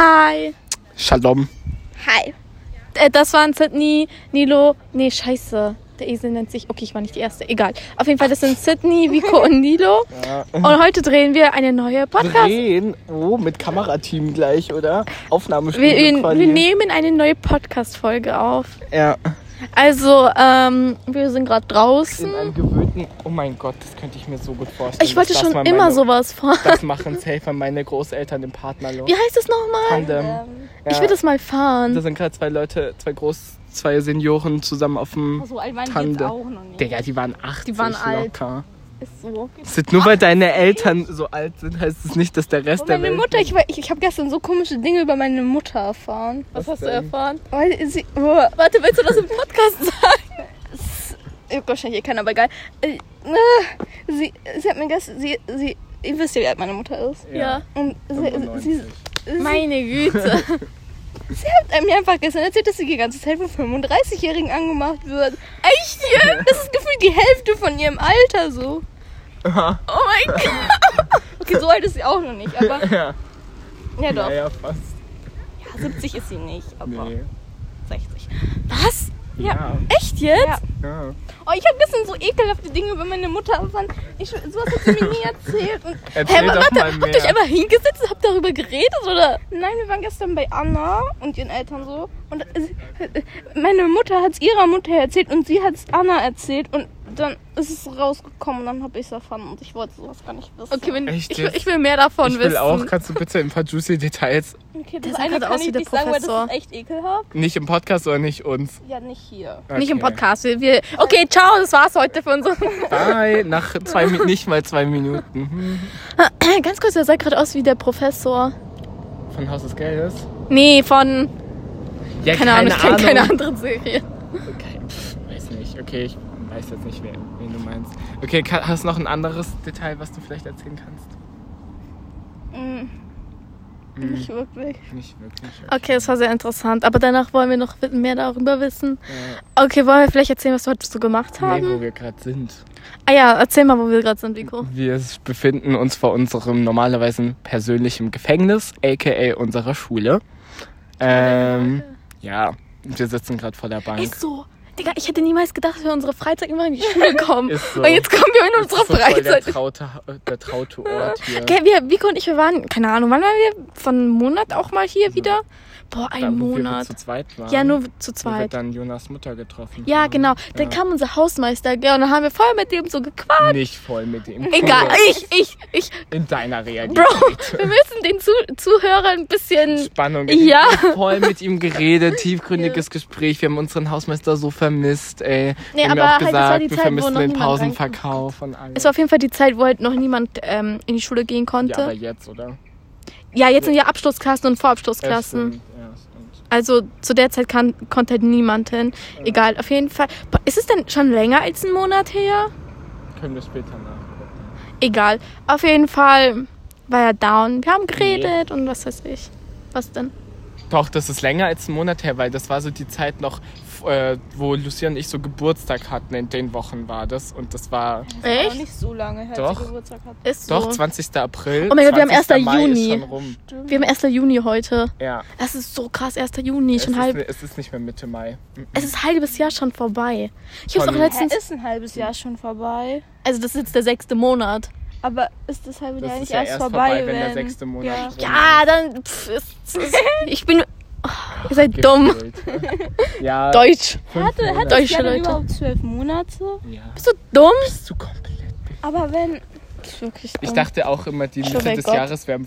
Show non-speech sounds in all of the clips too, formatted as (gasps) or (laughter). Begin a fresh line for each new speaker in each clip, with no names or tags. Hi.
Shalom.
Hi.
Äh, Das waren Sydney, Nilo. Nee, scheiße. Der Esel nennt sich. Okay, ich war nicht die erste. Egal. Auf jeden Fall, das sind Sydney, Vico und Nilo. Und heute drehen wir eine neue Podcast.
Drehen. Oh, mit Kamerateam gleich, oder? Aufnahmestudio
Wir, wir,
quasi.
wir ne- nehmen eine neue Podcast-Folge auf.
Ja.
Also, ähm, wir sind gerade
In einem
draußen.
gewöhnten... Oh mein Gott, das könnte ich mir so gut vorstellen.
Ich wollte
dass
schon
man
immer
meine,
sowas vor.
(laughs) Das machen safe meine Großeltern im Partnerloch.
Wie heißt es nochmal?
Tandem.
Ähm, Ich will das mal fahren.
Da sind gerade zwei Leute, zwei Groß... Zwei Senioren zusammen auf dem...
So alt waren die jetzt
Tante.
auch noch nicht.
Digga, die waren 80
Also- Die waren alt.
locker.
Ist so.
Sind nur weil deine Eltern so alt sind, heißt es nicht, dass der Rest
Und
der
meine
Welt...
Mutter, ich, war- ich, ich habe gestern so komische Dinge über meine Mutter erfahren.
Was
hast du denn? (laughs)
erfahren?
Weil sie. Oh,
Warte, willst du das im
(laughs)
Podcast sagen?
wahrscheinlich ihr keiner, aber egal. Äh, äh, Sie, sie hat mir gestern. Sie, sie, ihr wisst ja, wie alt meine Mutter ist.
Ja.
Und sie, sie,
95.
sie,
Meine
(laughs)
Güte.
hat mir einfach gestern erzählt, dass sie die ganze Zeit von 35-Jährigen angemacht wird. Echt? Ja? Das ist gefühlt die Hälfte von ihrem Alter so.
Aha.
Oh mein Gott. Okay, so alt ist sie auch noch nicht, aber.
Ja.
Ja, doch.
Naja, fast.
Ja, 70 ist sie nicht, aber
Nee.
60.
Was?
Ja.
Echt jetzt?
Ja.
ja.
Oh, ich habe gestern so ekelhafte Dinge über meine Mutter erfahren. Ich, sowas hat sie
(laughs)
mir nie erzählt. Und,
Erzähl
Hä, hey,
doch
warte,
mal
habt ihr euch
mehr.
einfach hingesetzt und habt darüber geredet oder?
nein, wir waren gestern bei Anna und ihren Eltern so. Und es- meine Mutter hat es ihrer Mutter erzählt und sie hat es Anna erzählt. Und dann ist es rausgekommen und dann habe ich es erfahren. Und ich wollte sowas gar nicht wissen.
Okay, wenn,
Echt
ich, will,
jetzt?
ich will mehr davon
ich will
wissen.
auch, kannst du bitte ein paar juicy Details,
okay
Der sah gerade aus wie der Professor.
das ist echt ekelhaft.
nicht im Podcast oder nicht uns.
Ja, nicht hier.
Nicht im
Okay.
Podcast. Wir, wir, okay, ciao, das war's heute für unsere.
Bye, nach zwei, Mi- nicht mal zwei Minuten.
(clears throat)
Mhm.
Ganz kurz, der sah gerade aus wie der Professor.
Hm. Von Haus des Geldes?
Nee, von.
Ja,
Keine, Ahnung, ich kenne keine andere Serie.
Okay, pff, weiß nicht, okay, ich weiß jetzt nicht, wer, wen du meinst. Okay, kann, hast du noch ein anderes Detail, was du vielleicht erzählen kannst?
Mhm.
Mm.
Hm,
Nicht wirklich.
Nicht wirklich.
Okay, das war sehr interessant. Aber danach wollen wir noch mehr darüber wissen.
Äh,
Okay, wollen wir vielleicht erzählen, was wir heute so gemacht
nee,
haben?
wo wir gerade sind.
ah ja, erzähl mal, wo wir gerade sind, Vico.
Wir befinden uns vor unserem normalerweise persönlichen Gefängnis, aka unserer Schule. Ähm, ja, wir sitzen gerade vor der Bank.
Ist so. Digga, ich hätte niemals gedacht, dass wir unsere Freizeit immer in die
(laughs)
Schule kommen.
Ist so.
Und jetzt kommen wir in
Das
unsere
ist so voll
Freizeit.
Der traute, der traute Ort
(laughs)
hier.
Gell, wir, Vico und ich, wir waren, keine Ahnung, wann waren wir? Von einem Monat auch mal hier wieder? Boah, ein
Da, wo Wir
Monat.
zu zweit waren,
Ja, nur zu
Wo wir
zweit.
dann Jonas Mutter getroffen
Ja,
haben.
genau. Dann kam unser Hausmeister, gell, und dann haben wir voll mit dem so gequatscht.
Nicht voll mit dem.
Egal,
Kumpel
ich, ich, ich,
In deiner Realität.
Bro, wir müssen den Zu Zuhörern ein bisschen.
Spannung.
Ja.
Ich hab voll mit
(laughs)
ihm geredet, tiefgründiges Gespräch. Wir haben unseren Hausmeister so vermisst, ey.
Nee,
wir haben
aber
ja auch
halt, das
gesagt,
war die
wir
Zeit, wo
vermissen
noch
den
niemand
Pausenverkauf und alles.
Es war auf jeden Fall die Zeit, wo halt noch niemand ähm, in die Schule gehen
ja, aber
konnte.
jetzt, oder?
Ja, jetzt sind ja Abschlussklassen und
Ja,
Vorabschlussklassen.
stimmt. Ja, stimmt.
Also zu der Zeit kann, konnte halt niemand hin. Egal, auf jeden Fall. Boah, Ist es denn schon länger als ein Monat her?
Können wir später nachgucken.
Egal. Auf jeden Fall war er down. Wir haben geredet und was weiß ich. Was denn?
Doch, das ist länger als ein Monat her, weil das war so die Zeit noch, f- äh, wo Lucia und ich so Geburtstag hatten. In den Wochen war das. Und das war
Auch
Echt?
nicht so lange her,
Doch.
als sie Geburtstag hat.
Ist so.
doch 20. April.
Oh mein Gott, wir haben
20.
1.
Mai
Juni.
Ist schon rum.
Wir haben 1. Juni heute.
Ja,
Das ist so krass, 1. Juni.
es
schon
ist,
halb.
es ist nicht mehr Mitte Mai. Hm,
Es ist halbes Jahr schon vorbei. Ich hab's auch
Voll.
letztens.
ist ein halbes Jahr schon vorbei.
Also, das ist jetzt der sechste Monat.
Aber ist das halbe
Das
Jahr
ist
nicht
ja
erst,
erst
vorbei,
vorbei, wenn der sechste Monat
Ja.
rum
Ja, dann. Pff, ist, ist, (laughs) ich bin. Oh, ihr seid dumm. (laughs)
Gefühlt. ja,
Deutsch.
Hatte,
Monate.
hatte das Jahr
Deutsche
denn
Leute.
überhaupt zwölf Monate?
Ja.
Bist du dumm?
Bist du komplett.
Aber wenn.
Das ist wirklich dumm.
Ich dachte auch immer, die Mitte
Oh. mein
des
Gott.
Jahres wäre am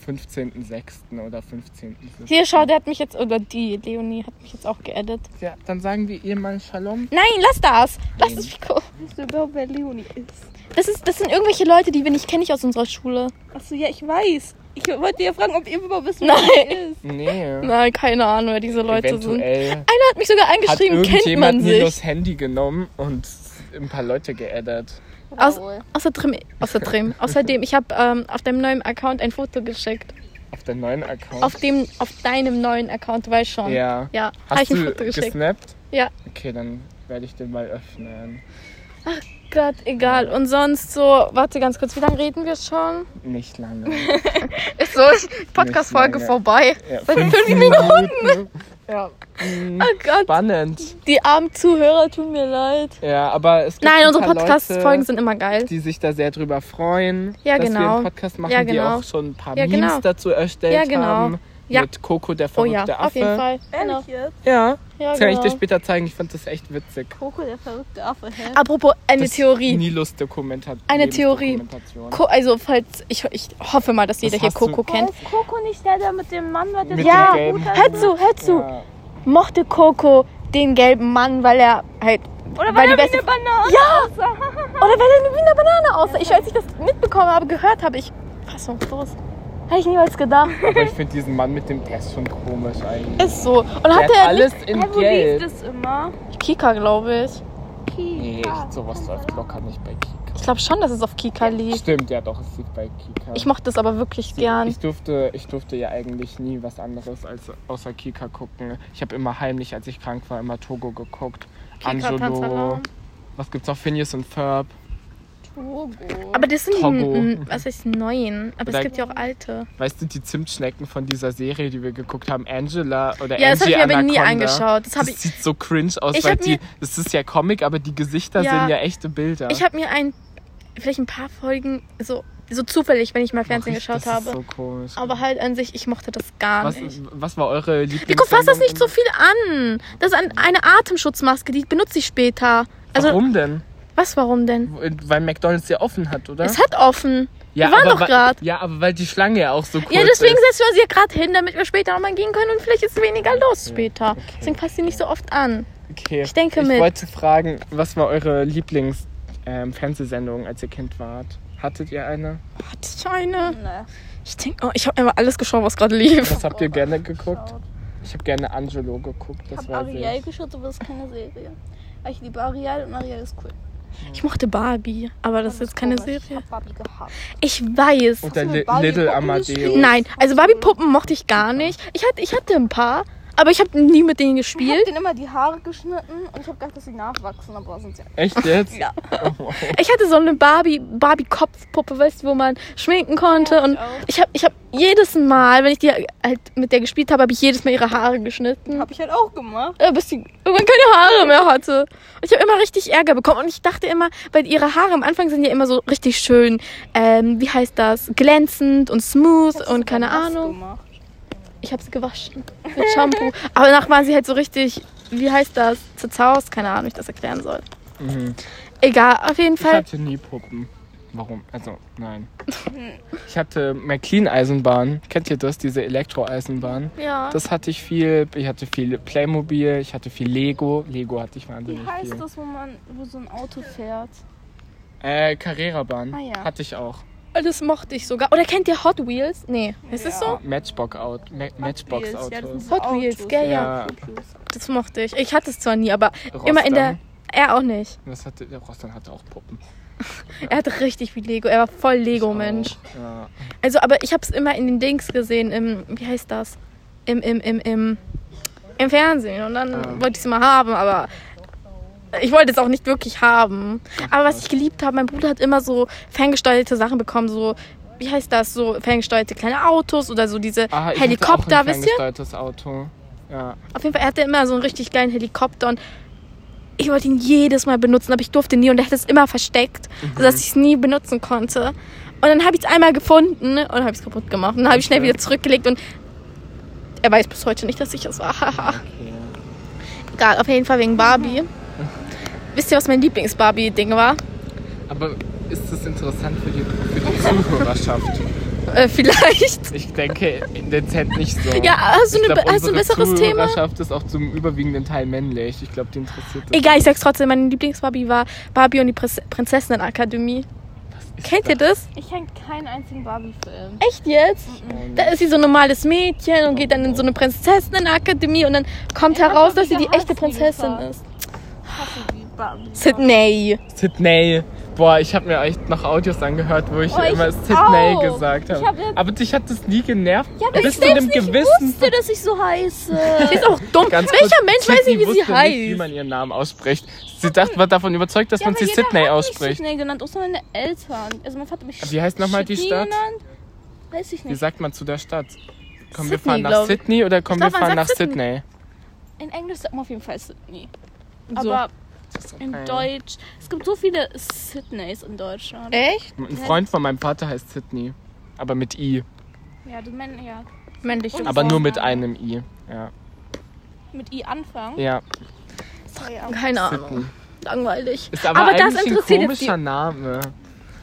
15.06. oder 15.
Hier, schau, der hat mich jetzt. Oder die, Leonie, hat mich jetzt auch geaddet.
Ja, dann sagen wir ihr mal Shalom.
Nein, lass das. Lass es, Vico.
Weißt du überhaupt, wer Leonie ist?
Das, ist, das sind irgendwelche Leute, die wir nicht kennen, nicht aus unserer Schule.
Achso, ja, ich weiß. Ich wollte ja fragen, ob ihr überhaupt wisst,
Nein.
wer sie ist.
Nee.
Nein, keine Ahnung, wer diese (laughs) Leute sind. Einer
Eventuell
hat mich sogar
hat
angeschrieben, kennt
irgendjemand
man sich.
Nilos Handy genommen und ein paar Leute geaddet.
Aus, außerdem, außerdem, also außerdem, ich habe ähm, auf deinem neuen Account ein Foto geschickt.
Auf den neuen Account.
Auf dem, auf deinem neuen Account, du weißt schon.
ja.
Ja, habe
Hast
ich ein
du
Foto geschickt.
gesnappt?
Ja.
Okay, dann werde ich den mal öffnen.
Gott, egal. Und sonst so, warte ganz kurz, wie lange reden wir schon?
Nicht lange.
(laughs) Ist so, Podcast-Folge
lange.
vorbei.
Ja,
Seit fünf Minuten. (laughs)
Ja.
Oh Gott,
Spannend.
die armen Zuhörer tun mir leid.
Ja, aber es gibt
Nein,
ein
unsere
paar
Podcast-Folgen
Leute,
sind immer geil.
die sich da sehr drüber freuen,
Ja,
dass wir
genau.
einen Podcast machen,
Ja,
die
genau.
auch schon ein paar
Ja,
Memes
genau.
dazu erstellt
Ja, genau.
haben.
Ja.
Mit Coco, der
Oh
verrückte
ja,
Affe.
auf jeden Fall. Genau.
Ehrlich jetzt?
Ja,
Ja,
das kann ich dir
genau.
später zeigen. Ich fand das echt witzig.
Coco, der verrückte Affe, hä?
Apropos eine
Das
Theorie.
Nilus Dokumentation.
Eine Theorie. Co also falls ich, ich hoffe mal, dass jeder
Das
hier
hast du-
Coco kennt.
Ist Coco nicht der, der mit dem Mann war, der
Mit
so
dem
ein
gelben
guter-
Hör zu, hör zu.
Ja.
Mochte Coco den gelben Mann, weil er halt
Oder
Weil
weil
die
er wie
beste-
eine Banane
Ja!
aussah.
Oder weil er wie eine Banane aussah. Ich, als ich das mitbekommen habe, gehört habe, ich fassungslos. Hätte ich niemals gedacht.
Aber ich finde diesen Mann mit dem der ist schon komisch eigentlich.
Ist so. Und
Der
hat
hat
er
alles
Hä,
in
wo lief
Gelb.
das immer?
nicht Kika, glaube ich.
Nee,
Ah.
Kika.
echt, sowas läuft locker nicht bei Kika.
Ich glaube schon, dass es auf Kika lief.
Stimmt, ja doch, es liegt bei Kika.
Ich mochte es aber wirklich gern.
Ich durfte, ich durfte ja eigentlich nie was anderes als außer Kika gucken. Ich habe immer heimlich, als ich krank war, immer Togo geguckt.
Kika,
Angelo.
Tanzsalon.
Was gibt's noch? Phineas und Ferb.
Togo.
Aber das sind die,
Togo.
m, was heißt neuen? Aber
Oder-
es gibt ja auch alte.
Weißt du, die Zimtschnecken von dieser Serie, die wir geguckt haben, Angela oder
Ja, das habe
Angie
ich aber nie
Anaconda.
angeschaut. Das
Das,
hab ich,
sieht so cringe aus,
Ich
weil
hab
die,
mir-
das ist ja Comic, aber die Gesichter
Ja.
sind ja echte Bilder.
ich habe mir ein, vielleicht ein paar Folgen so, so zufällig, wenn ich mal Fernsehen
Ach,
geschaut
das
habe.
Ist so komisch.
Aber halt an sich, ich mochte das gar
was,
nicht.
was war eure Lieblings?
Nico, fass das nicht so viel an. Das ist ein, eine Atemschutzmaske, die benutze ich später. Also,
Warum denn?
was, warum denn?
Weil McDonalds ja offen hat, oder?
Es hat offen.
ja,
wir waren
aber
doch
wa-
grad.
Ja, aber weil die Schlange ja auch so kurz
ja, deswegen
ist.
setzen wir sie ja gerade hin, damit wir später nochmal gehen können und vielleicht ist weniger los später.
okay.
Deswegen passt sie nicht so oft an.
Okay.
Ich denke mit.
Ich wollte fragen, was war eure Lieblings-Fernsehsendung, als ihr Kind wart? Hattet ihr eine?
Hatte ich eine?
Ne.
Ich denke, oh, ich habe immer alles geschaut, was gerade lief.
Was habt ihr gerne geguckt? Ich habe gerne Angelo geguckt,
Ich
das
habe
weiß ich.
Ariel geschaut, aber das ist keine Serie. Aber ich liebe Ariel und Ariel ist cool.
Ich mochte Barbie, aber das ist jetzt keine
komisch. Ich
Serie.
hab Barbie
(laughs)
gehabt.
Ich weiß.
Und der
Hast du
Li
mit Barbie
Little
Puppen
Amadeus.
gespielt?
Nein, also Barbie-Puppen mochte ich gar nicht. Ich hatte, ich hatte ein paar, aber ich habe nie mit denen
Ich hab
gespielt.
denen immer die Haare geschnitten und ich habe gedacht, dass sie nachwachsen, aber sind sie
Echt jetzt?
Ja.
Ich hatte so eine Barbie, Barbie-Kopfpuppe, weißt du, wo man schminken konnte.
Ja, ich
und
auch.
ich habe ich hab jedes Mal, wenn ich die halt mit der gespielt habe, habe ich jedes Mal ihre Haare geschnitten.
Habe ich halt auch gemacht.
Äh, bis sie irgendwann keine Haare mehr hatte. Und ich habe immer richtig Ärger bekommen. Und ich dachte immer, weil ihre Haare am Anfang sind ja immer so richtig schön, ähm, wie heißt das, glänzend und smooth
Hättest
und
du dann
keine
das
Ahnung.
gemacht?
Ich habe sie gewaschen mit
(laughs)
Shampoo. Aber danach waren sie halt so richtig, wie heißt das, zerzaust. Keine Ahnung, wie ich das erklären soll.
Mhm.
Egal, auf jeden
Ich
Fall.
hatte nie Puppen. Warum? Also, nein.
(laughs)
Ich hatte McLean-Eisenbahn. Kennt ihr das? Diese Elektro-Eisenbahn.
Ja.
Das hatte ich viel. Ich hatte viel Playmobil. Ich hatte viel Lego. Lego hatte ich
Wie
wahnsinnig
heißt
viel.
das, wo man wo so ein Auto fährt?
Äh, Carrera-Bahn.
Ah, ja.
Hatte ich auch.
Das mochte ich sogar. Oder kennt ihr Hot Wheels? Nee. Ist es so?
Matchbox-Autos. Ma Matchbox
Ja, das sind
Autos.
so
Hot Wheels,
Autos.
gell,
ja.
Autos.
Das mochte ich. Ich hatte es zwar nie, aber immer in der.
Rostam.
Er auch nicht.
Das hatte, der Rostan hatte auch Puppen.
Er hatte richtig viel Lego. Er war voll Lego-Mensch.
Auch, Ja. Ah,
Also, aber ich habe es immer in den Dings gesehen. Im, wie heißt das? Im, im, im, im, im Fernsehen. Und dann
Ah.
wollte ich es immer haben, aber ich wollte es auch nicht wirklich haben. Aber was ich geliebt habe, mein Bruder hat immer so ferngesteuerte Sachen bekommen. So, wie heißt das? So ferngesteuerte kleine Autos oder so diese
Ah, ich
Helikopter,
hatte auch ein
wisst ihr?
ferngesteuertes Auto. Ja.
Auf jeden Fall, er hatte immer so einen richtig geilen Helikopter und ich wollte ihn jedes Mal benutzen, aber ich durfte nie und er hat es immer versteckt,
Mhm.
sodass ich es nie benutzen konnte. Und dann habe ich es einmal gefunden und habe es kaputt gemacht. Und dann habe ich schnell
Okay.
wieder zurückgelegt und er weiß bis heute nicht, dass ich es war. (laughs)
Okay.
Egal, auf jeden Fall wegen
(laughs)
Barbie. Wisst ihr, was mein Lieblings-Barbie-Ding war?
Aber ist das interessant für die, für die Zuhörerschaft?
Äh,
(laughs)
vielleicht.
Ich denke, dezent nicht so.
Ja, hast du
Ich
eine-
glaub,
hast du ein
unsere
besseres Thema?
Zuhörerschaft ist auch zum überwiegenden Teil männlich. Ich glaube, die interessiert das.
Egal, ich sag's trotzdem, mein Lieblings-Barbie war Barbie und die Prinz Prinzessinnenakademie.
Ist
Kennt ihr das?
Ich kenne keinen einzigen Barbie-Film.
Echt jetzt?
schon-
Da ist sie so ein normales Mädchen und geht dann in so eine Prinzessinnenakademie und dann kommt heraus, dass sie die echte Prinzessin ist.
Ich hasse die Barbie.
Sydney.
Sydney. Boah, ich habe mir echt noch Audios angehört, wo ich
Oh, ich
immer Sydney
auch.
gesagt habe.
Ich hab jetzt-
aber dich hat das nie genervt.
Ja, weil ich
Bis zu
selbst
einem
nicht
gewissen
wusste, dass ich so heiße.
(laughs)
Die ist auch dumm.
Ganz
Welcher
kurz,
Mensch weiß
Sydney
nicht, wie sie
wusste
heißt?
Nicht, wie man ihren Namen ausspricht. Sie dachte, war davon überzeugt, dass man sie Sydney
Nicht
ausspricht.
Sydney genannt, außer meine Eltern. Also mein Vater hat mich
Wie heißt noch mal die
Sydney
Stadt?
genannt. Weiß ich
Wie
nicht.
sagt man zu der Stadt? Kommen wir
Sydney,
fahren nach
glaub ich.
Sydney oder kommen
glaub,
wir
man
fahren nach
sagt
Sydney?
In Englisch sagt man auf jeden Fall Sydney.
So.
Aber in Deutsch. Es gibt so viele Sydneys in Deutschland.
Echt?
Ein Freund von meinem Vater heißt Sydney. Aber mit I.
Ja, das meinen ja.
Männlich.
Und-
Aber nur mit
Vorname.
einem I. Ja.
Mit I anfangen.
ja.
Sorry, aber-
Keine
Sydney.
Ahnung. Langweilig.
Ist aber,
das
eigentlich ein
interessiert jetzt
komischer
die.
Name.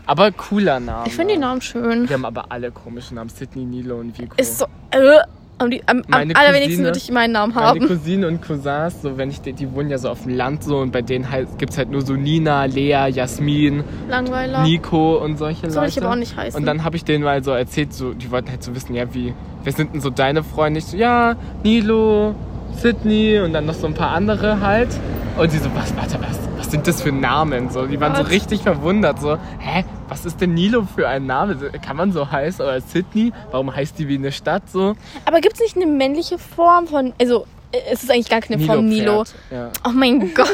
Aber cooler Name.
Ich finde die Namen schön.
Wir haben aber alle komischen Namen. Sydney, Nilo und Vico.
Ist so. Äh, am, die, am, am
Meine
allerwenigsten
Cousine-
würde ich meinen Namen
Meine
haben.
Cousine und Cousins, so wenn ich die, die wohnen ja so auf dem Land so und bei denen halt, gibt's halt nur so Nina, Lea, Jasmin,
Langweiler.
Nico und solche
Soll
Leute.
ich aber auch nicht heißen.
Und dann habe ich denen mal so erzählt, so, die wollten halt so wissen, ja, wie, wer sind denn so deine Freunde? Ich so, ja, Nilo, Sydney und dann noch so ein paar andere halt. Und die so, was, warte, was, was sind das für Namen? So, die waren so
Was?
richtig verwundert, so, hä, was ist denn Nilo für ein Name? Kann man so heißen? Oder Sydney? Warum heißt die wie eine Stadt so?
Aber gibt es nicht eine männliche Form von. Also, äh, es ist eigentlich gar keine Form Nilo.
Nilopferd, Ja.
Oh mein Gott.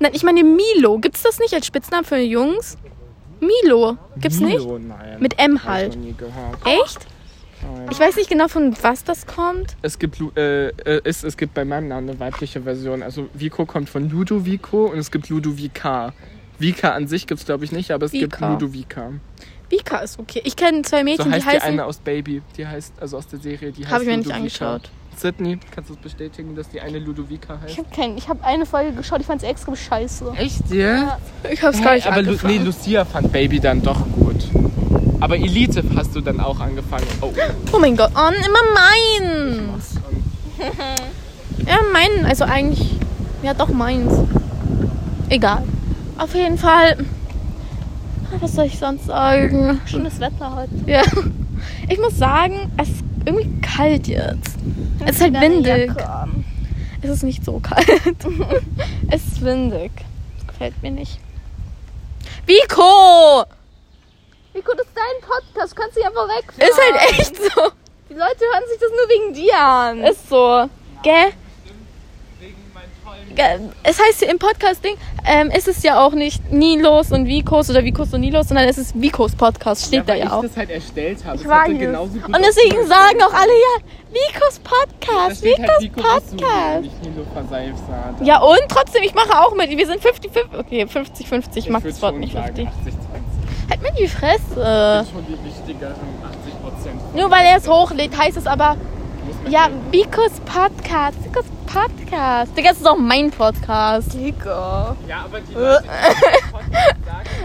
Nein, ich meine Milo. Gibt es das nicht als Spitznamen für Jungs? Milo. Gibt's nicht?
Milo, Nein.
Mit M
Hab ich
halt.
noch nie gehört.
Echt?
Nein.
Ich weiß nicht genau, von was das kommt.
Es gibt, Lu- äh, äh, es, es gibt bei meinem Namen eine weibliche Version. Also Vico kommt von Ludovico und es gibt Ludovica. Vika an sich gibt es glaube ich nicht, aber es gibt
Vika.
Ludovica.
Vika ist okay. Ich kenne zwei
So
Mädchen,
heißt
die
die
heißen.
eine aus Baby, die heißt, also aus der Serie, die heißt
Habe ich mir nicht
Ludovica.
angeschaut.
Sydney, kannst du es bestätigen, dass die eine Ludovica
Ich
heißt?
hab keinen. Ich hab eine Folge geschaut, ich fand's extrem scheiße.
Echt, ja?
Ich hab's gar nicht
aber Lu nee,
angefangen.
Lucia fand Baby dann doch gut. Aber Elite hast du dann auch angefangen. Oh,
oh mein Gott. Oh, immer meins. (laughs) ja, mein. Also eigentlich. Ja, doch meins. Egal. Auf jeden Fall. Ah, Was soll ich sonst sagen?
Schönes Wetter heute.
Ja. (laughs) Ich muss sagen, es ist irgendwie kalt jetzt. Es ist halt
Wieder eine
windig.
Jacke an.
Es ist nicht so kalt. es ist windig. Gefällt mir nicht. Vico!
Nico, das ist dein Podcast. Du kannst dich einfach wegfahren.
Ist halt echt so.
Die Leute hören sich das nur wegen dir an.
Ist so. Gell? Gell? Es heißt ja im Podcast-Ding, ähm, ist es ja auch nicht Nilos und Vicos oder Vicos und Nilos, sondern es ist Vicos Podcast, steht da
weil
ja
ich
auch.
das halt erstellt habe. Ich
war hier.
genauso gut
Und deswegen sagen auch alle ja, Vicos Podcast, Vicos
halt
Podcast.
Ich Nilo Verseifsaat.
Ja und trotzdem, ich mache auch mit. Wir sind 50-50. Okay, 50-50. Ich mag
würd
das Wort
schon
nicht
sagen,
50.
80, 20
Halt mir die Fresse.
sind schon die wichtigeren 80 Prozent.
Nur weil er es hochlädt, heißt es aber, ja, Bikos Podcast. Bikos Podcast. Digga, das ist auch mein Podcast. Digga.
Ja, aber die Leute, die Podcast sagen,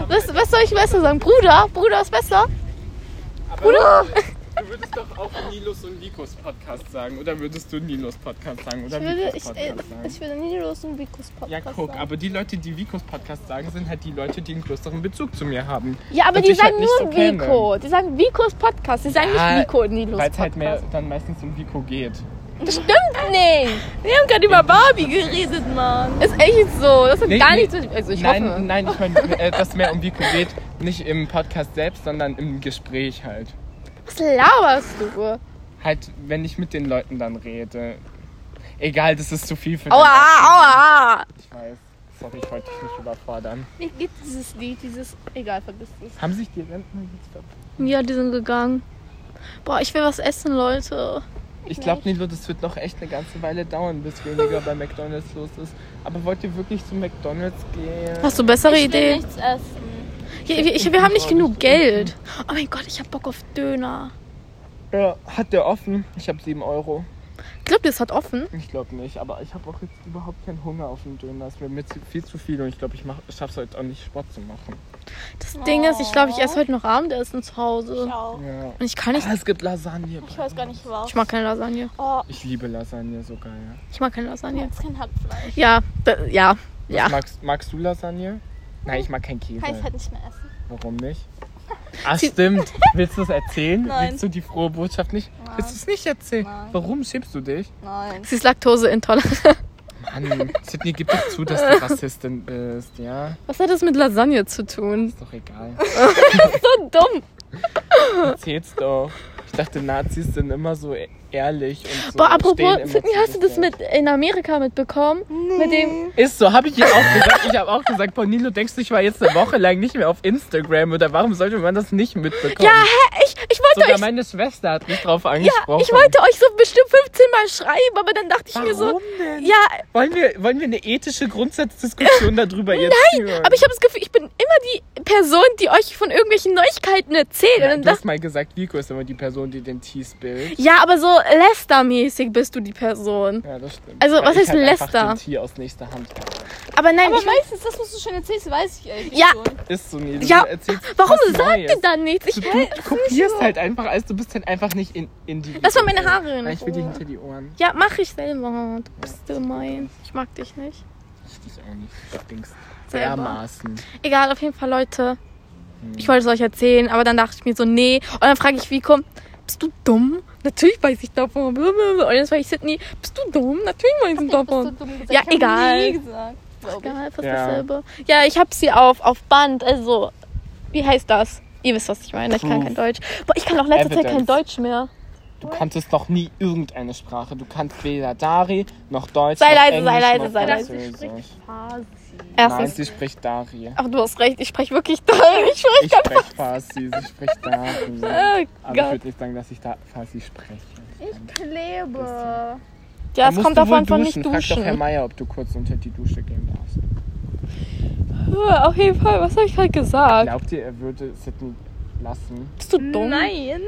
(laughs)
haben
Was,
halt-
was soll ich besser sagen? Bruder? Bruder ist besser?
aber Du würdest doch auch Nilos und Nikos Podcast sagen. Oder würdest du Nilos Podcast sagen? Oder
Ich würde,
Vikos
ich,
Podcast
äh,
sagen?
ich würde Nilos und Vicos Podcast
Ja, guck,
sagen.
aber die Leute, die Vikos Podcast sagen, sind halt die Leute, die einen größeren Bezug zu mir haben.
Ja, aber
Und
die
dich halt
sagen
nicht
nur
so kennen. ne?
Vico. Die sagen Vicos Podcast. Die sagen
Ja,
nicht Vico und Nilos
Weil es
Podcast.
halt mehr dann meistens um Vico geht.
Das stimmt nicht.
Wir haben gerade über Barbie geredet, Mann.
Ist echt so. Das hat
Nee,
gar
nee.
nichts mit. Also, ich
nein,
hoffe.
nein, ich meine, äh, dass mehr um Vico geht. Nicht im Podcast selbst, sondern im Gespräch halt.
Was laberst du?
Halt, wenn ich mit den Leuten dann rede. Egal, das ist zu viel für
Aua,
den.
aua.
Ich weiß. Sorry, ich wollte dich nicht überfordern.
Mir geht dieses Lied, dieses. Egal, vergiss es.
Haben sich die Rentner jetzt verpisst?
Ja, die sind gegangen. Boah, ich will was essen, Leute.
Ich glaube, Nilo, das wird noch echt eine ganze Weile dauern, bis weniger bei McDonalds los ist. Aber wollt ihr wirklich zu McDonalds gehen?
Hast du bessere
Ich will
Ideen?
nichts essen.
Ja, wir, ich, wir haben nicht genug Geld. Oh mein Gott, ich hab Bock auf Döner.
Ja, hat der offen? Ich habe 7 Euro.
Glaubt ihr, es hat offen?
Ich glaube nicht, aber ich habe auch jetzt überhaupt keinen Hunger auf den Döner. Das ist mir mit zu- viel zu viel und ich glaube, ich mach- schaff's heute auch nicht, Sport zu machen.
Das Ding ist, ich glaube, ich esse heute noch Abendessen zu
Ich
Hause.
auch.
Ja.
Und ich kann nicht.
Ah, es gibt Lasagne.
Ich weiß gar nicht was.
Ich mag keine Lasagne.
Oh,
Ich liebe Lasagne so geil.
Ich mag keine
ich
Lasagne.
mag kein Hackfleisch.
Ja, da, ja, ja.
Magst, magst du Lasagne? Nein, ich mag keinen Käse.
Kann ich halt nicht mehr essen.
Warum nicht?
(laughs)
Ah, stimmt. Willst du es erzählen?
Nein.
Willst du die frohe Botschaft nicht? Willst du es nicht erzählen?
Nein.
Warum schämst du dich?
Nein.
Sie ist laktoseintolerant. (laughs)
Mann, Sydney, gib doch zu, dass du Rassistin bist, ja?
Was hat das mit Lasagne zu tun?
Ist doch egal.
So dumm.
Erzähl's doch. Ich dachte, Nazis sind immer so e- ehrlich und so.
Boah,
stehen immer
apropos, Sydney,
zu
hast du das
sich
mit in Amerika mitbekommen? Mit dem.
selbst. Ist so, habe ich ihr auch gesagt. Ich habe auch gesagt, boah, Nilo, denkst du, ich war jetzt eine Woche lang nicht mehr auf Instagram oder warum sollte man das nicht mitbekommen?
Ja, hä? Ich, ich wollte
Sogar
euch.
meine Schwester hat mich drauf
Ja,
angesprochen.
ich wollte euch so bestimmt 15 Mal schreiben, aber dann dachte ich mir so.
Warum denn?
Ja,
Wollen wir, wollen wir eine ethische Grundsatzdiskussion darüber jetzt
nein,
führen?
aber ich habe das Gefühl, ich bin immer die Person, die euch von irgendwelchen Neuigkeiten erzählt.
ja,
und dann
du
dachte
hast mal gesagt, Vico ist immer die Person, die den Tees bildet.
Ja, aber so lästermäßig bist du die Person.
Ja, das stimmt.
Also, was
ich
heißt
halt einfach
Läster?
Den Tee aus nächster Hand.
Aber nein,
Aber
ich
meistens, das, was du schon erzählst, weiß ich eigentlich
Ja.
schon.
Ist so, Nilo.
Ja,
du erzählst
warum
was
sagt
Neues.
ihr dann nichts? Ich,
Du, du kopierst halt einfach alles, du bist halt einfach nicht in, in die.
Lass mal meine Haare in
Nein, ich will die
Ruhe.
hinter die Ohren.
ja, mach ich selber. Du bist gemein. Ich mag dich nicht.
Ich dich auch nicht. Du stinkst
Selber.
dermaßen.
Egal, auf jeden Fall, Leute. Ich wollte es euch erzählen, aber dann dachte ich mir so, nee. Und dann frage ich Vico, bist du dumm? Natürlich weiß ich davon. Und jetzt frage ich Sydney, bist du dumm? Natürlich weiß ich
Bist du
davon.
dumm gesagt?
Ja,
ich hab
egal.
Nie gesagt, glaub ich.
Egal, fast
Ja.
dasselbe. Ja, ich hab sie auf, auf Band. Also, wie heißt das? Ihr wisst, was ich meine. Ich kann
Proof.
kein Deutsch. Boah, ich kann auch letzte Zeit kein
Evidence.
Deutsch mehr.
Du konntest noch nie irgendeine Sprache. Du kannst weder Dari noch Deutsch.
Sei
noch
leise,
Englisch,
sei leise,
noch
sei leise.
Französisch. Nein,
Erstens.
sie spricht Dari.
Ach, du hast recht. Ich spreche wirklich Deutsch. Ich spreche
Ich spreche Farsi, sie spricht Dari.
(laughs) Oh
Aber ich
Gott.
würde nicht sagen, dass ich da Farsi spreche.
Ich klebe.
Ja,
Dann
es
musst
kommt
du wohl
davon von nicht
Frag doch Herr
duschen.
Meier, ob du kurz unter die Dusche gehen darfst.
Ja, auf jeden Fall. Was habe ich gerade gesagt?
Glaubt ihr, er würde Sitten lassen?
Bist du dumm?
Nein.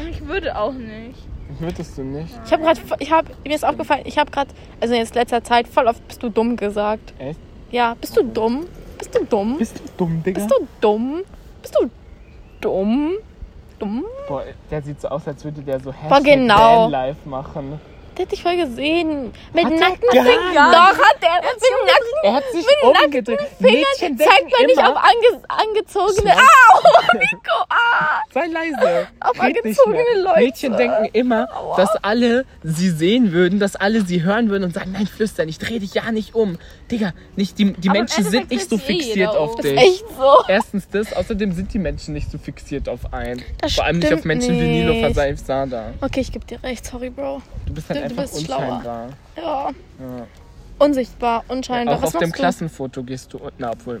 Und ich würde auch nicht.
Würdest du nicht?
Ich habe gerade, ich habe mir ist aufgefallen, ich habe gerade, also jetzt letzter Zeit voll oft bist du dumm gesagt.
Echt?
Ja, bist du dumm? Bist du dumm?
Bist du dumm, Digga?
Bist du dumm? Bist du dumm? Dumm?
Boah, der sieht so aus, als würde der so Hashtag
genau.
Vanlife machen.
Der hat dich voll gesehen. Mit
Hat er
nackten
gar
Fingern.
nicht.
Doch, hat er. Mit nackten
Er hat sich
nackten
umgedreht.
Fingern.
Mädchen
Zeigt
denken
man nicht
immer,
auf ange angezogene.
Schmerz.
Au! Nico, ah!
Sei leise.
Auf
Red nicht
angezogene
mehr.
Leute.
Mädchen denken immer, dass alle sie sehen würden, dass alle sie hören würden und sagen, nein, flüster nicht, dreh dich ja nicht um. Digga, nicht, die, die
Aber im
Menschen sind
Endeffekt
nicht so
dreht sich eh
fixiert
jeder
auf
um.
Das ist Ah,
dich.
echt so.
Erstens das, außerdem sind die Menschen nicht so fixiert auf einen.
Das
Vor allem nicht auf
stimmt
Menschen wie Nilo
nicht.
Fasaif Sada.
Okay, ich geb dir recht. Sorry, Bro.
Du bist halt
Du- du
einfach
bist schlauer.
unscheinbar.
Ja.
Ja.
Unsichtbar, unscheinbar.
Auch
Was
auf dem
machst
Klassenfoto gehst du unten, obwohl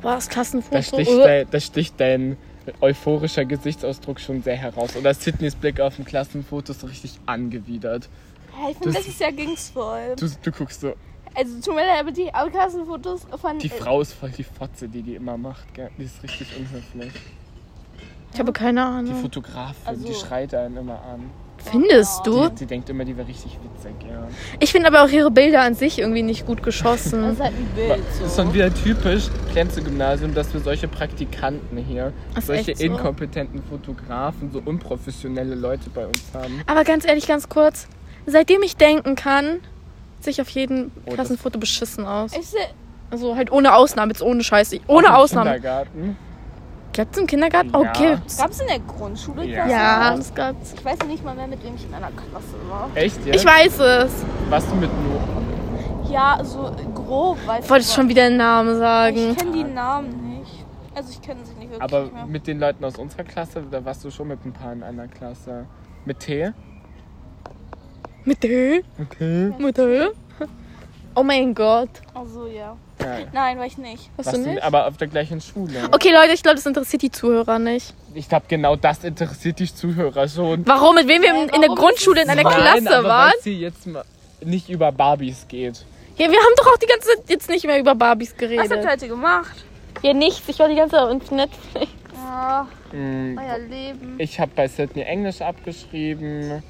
du? War das (laughs)
Da
Klassenfoto?
sticht,
Äh,
dein, da sticht dein euphorischer Gesichtsausdruck schon sehr heraus. Oder Sydneys Blick auf dem Klassenfoto ist so richtig angewidert.
Ja, ich finde,
Das-
das ist ja ging's voll.
Du, du guckst so,
Also tut mir leid, aber die Outcast-Fotos von... äh,
die Frau ist voll die Fotze, die die immer macht. Gell? Die ist richtig unhöflich.
Ich habe keine
Die
Ahnung.
Fotografin,
Also-
die schreit einen immer an.
Findest du?
Die, die denkt immer, die wäre richtig witzig. Ja.
Ich finde aber auch ihre Bilder an sich irgendwie nicht gut geschossen.
Das ist halt ein
Aber
Bild
Das ist
so.
dann wieder typisch Glänze-Gymnasium, dass wir solche Praktikanten hier,
Das ist
solche
echt so.
inkompetenten Fotografen, so unprofessionelle Leute bei uns haben.
Aber ganz ehrlich, ganz kurz, seitdem ich denken kann, sich auf jedem
Oh, das-
Klassenfoto beschissen aus.
Ich seh-
Also halt ohne Ausnahme, jetzt ohne Scheiße.
Auch im
Ohne Ausnahme.
Kindergarten.
Gibt's im Kindergarten? Oh,
Ja.
gibt's.
Gab's in der Grundschule?
Ja.
Klassen?
Ja, das gab's.
Ich weiß nicht mal mehr, mit wem ich in einer Klasse war.
Echt, ja?
Ich weiß es.
Warst du mit Noah?
Ja, so grob, weißt
Ich wollte schon wieder einen Namen
aber
sagen.
Ich kenne die Namen nicht. Also ich kenne sie nicht wirklich
Aber
mehr.
mit den Leuten aus unserer Klasse, da warst du schon mit ein paar in einer Klasse. Mit T?
Mit Ö?
Okay.
Mit Ö? Oh mein Gott.
Also ja.
Ja.
Nein, war ich nicht.
Hast
Warst
du
du-
nicht?
Aber auf der gleichen Schule.
Okay, Leute, ich glaube, das interessiert die Zuhörer nicht.
Ich glaube, genau das interessiert die Zuhörer schon.
Warum? Mit wem wir in, in der
Warum?
Grundschule in einer
Nein,
Klasse
aber
waren?
Weil sie jetzt mal nicht über Barbies geht.
Ja, wir haben doch auch die ganze Zeit jetzt nicht mehr über Barbies
Was habt ihr
geredet.
heute gemacht?
Ja, nichts. Ich war die ganze Zeit auf Netflix.
Ja,
Mm,
Ah,
Ah,
euer Leben.
Ich habe bei Sydney Englisch abgeschrieben.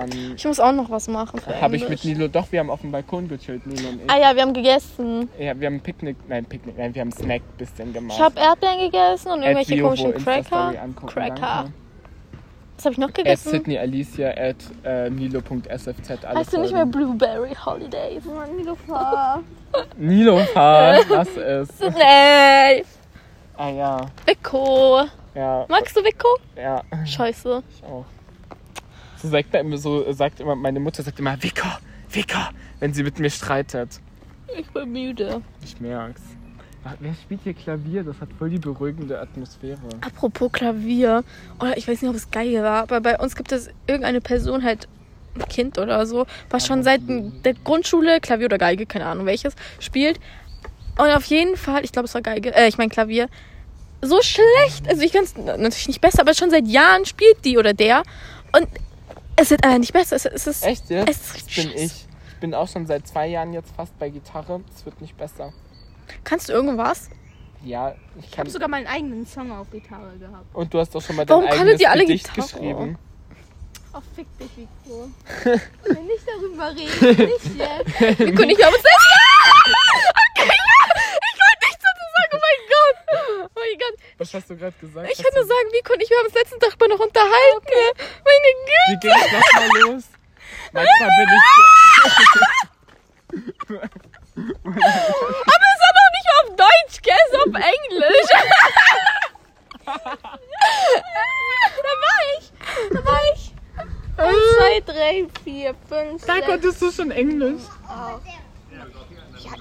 Dann
Ich muss auch noch was machen. für
habe ich mit
Englisch.
Nilo, doch, wir haben auf dem Balkon gechillt, Nilo und ich.
Ah ja, wir haben gegessen.
Ja, wir haben Picknick, nein, Picknick, nein, wir haben Snack bisschen gemacht.
Ich habe Erdbeeren gegessen und irgendwelche
At Liovo
komischen
Insta-Story
Cracker.
angucken,
Cracker.
danke.
Was habe ich noch
at
gegessen?
Äh, Sydney Alicia at äh, nilo.sfz alle
Heißt du nicht mehr
folgen.
Blueberry Holidays?
Mann, die Gefahr.
Nilo
(laughs)
was ist?
Nee.
Ah ja,
Vico.
ja,
Magst du Vico?
ja,
Scheiße.
ich auch. So sagt, man immer, so sagt immer, meine Mutter sagt immer, Vico, Wicker, wenn sie mit mir streitet.
Ich bin müde.
Ich merk's. Ach, Wer spielt hier Klavier? Das hat voll die beruhigende Atmosphäre.
Apropos Klavier, oder ich weiß nicht, ob es geil war, aber bei uns gibt es irgendeine Person, halt ein Kind oder so, was schon seit der Grundschule Klavier oder Geige, keine Ahnung welches, spielt. Und auf jeden Fall, ich glaube, es war Geige, äh, ich meine Klavier, so schlecht. Also ich kann es natürlich nicht besser, aber schon seit Jahren spielt die oder der. Und es wird einfach nicht besser. Es, es ist.
Echt
Es
jetzt?
ist
Das
richtig
bin
scheiße.
ich. Ich bin auch schon seit zwei Jahren jetzt fast bei Gitarre. Es wird nicht besser.
Kannst du irgendwas?
Ja, ich
Ich
kann.
habe sogar meinen eigenen Song auf Gitarre gehabt.
Und du hast doch schon mal dein
Warum kanntet
eigenes
ihr alle
Gedicht
Gitarre?
geschrieben.
Ach, fick dich, Vico.
(laughs)
Ich will nicht darüber reden. Nicht jetzt.
Nico und ich haben uns selbst. (laughs) Okay, ja. Ich wollte nichts dazu sagen. Oh mein Gott. Oh mein Gott.
Was hast du gerade gesagt?
Ich
Hast
kann
du-
nur sagen, Nico und ich, wir haben uns letzten Tag mal noch unterhalten. ne? Meine Güte.
Wie ging es nochmal los? Manchmal bin ich.
Aber es war doch nicht auf Deutsch, gell? Es war auf Englisch. (laughs) da war ich. Da war ich.
Eins, zwei, drei, vier, fünf,
Da
sechs.
konntest du schon Englisch.
Ja,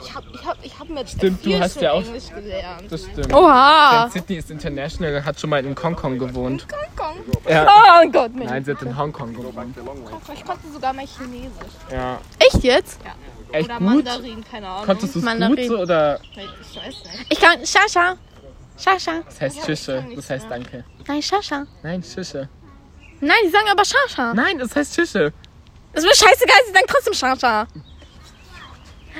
ich hab, ich hab, ich hab mit
Stimmt, du
vier
hast
schon
ja auch-
Englisch gelernt.
Das stimmt.
Oha.
Sydney ist international und hat schon mal in Hongkong gewohnt.
Kong, Kong.
Ja.
Oh Gott, Mensch.
Nein, sie hat in Hongkong gewohnt.
Ich konnte sogar mal Chinesisch.
Ja.
Echt jetzt?
Echt
Oder
gut?
Mandarin, keine Ahnung.
Konntest du es gut
Mandarin.
so oder?
Ich weiß nicht.
Ich kann. Shasha. Shasha.
Das heißt Schische. Das heißt Danke.
Nein, Shasha.
Nein, Schische.
Nein, die sagen aber Shasha.
Nein, das heißt Schische.
Das ist mir scheißegal, sie sagen trotzdem Shasha.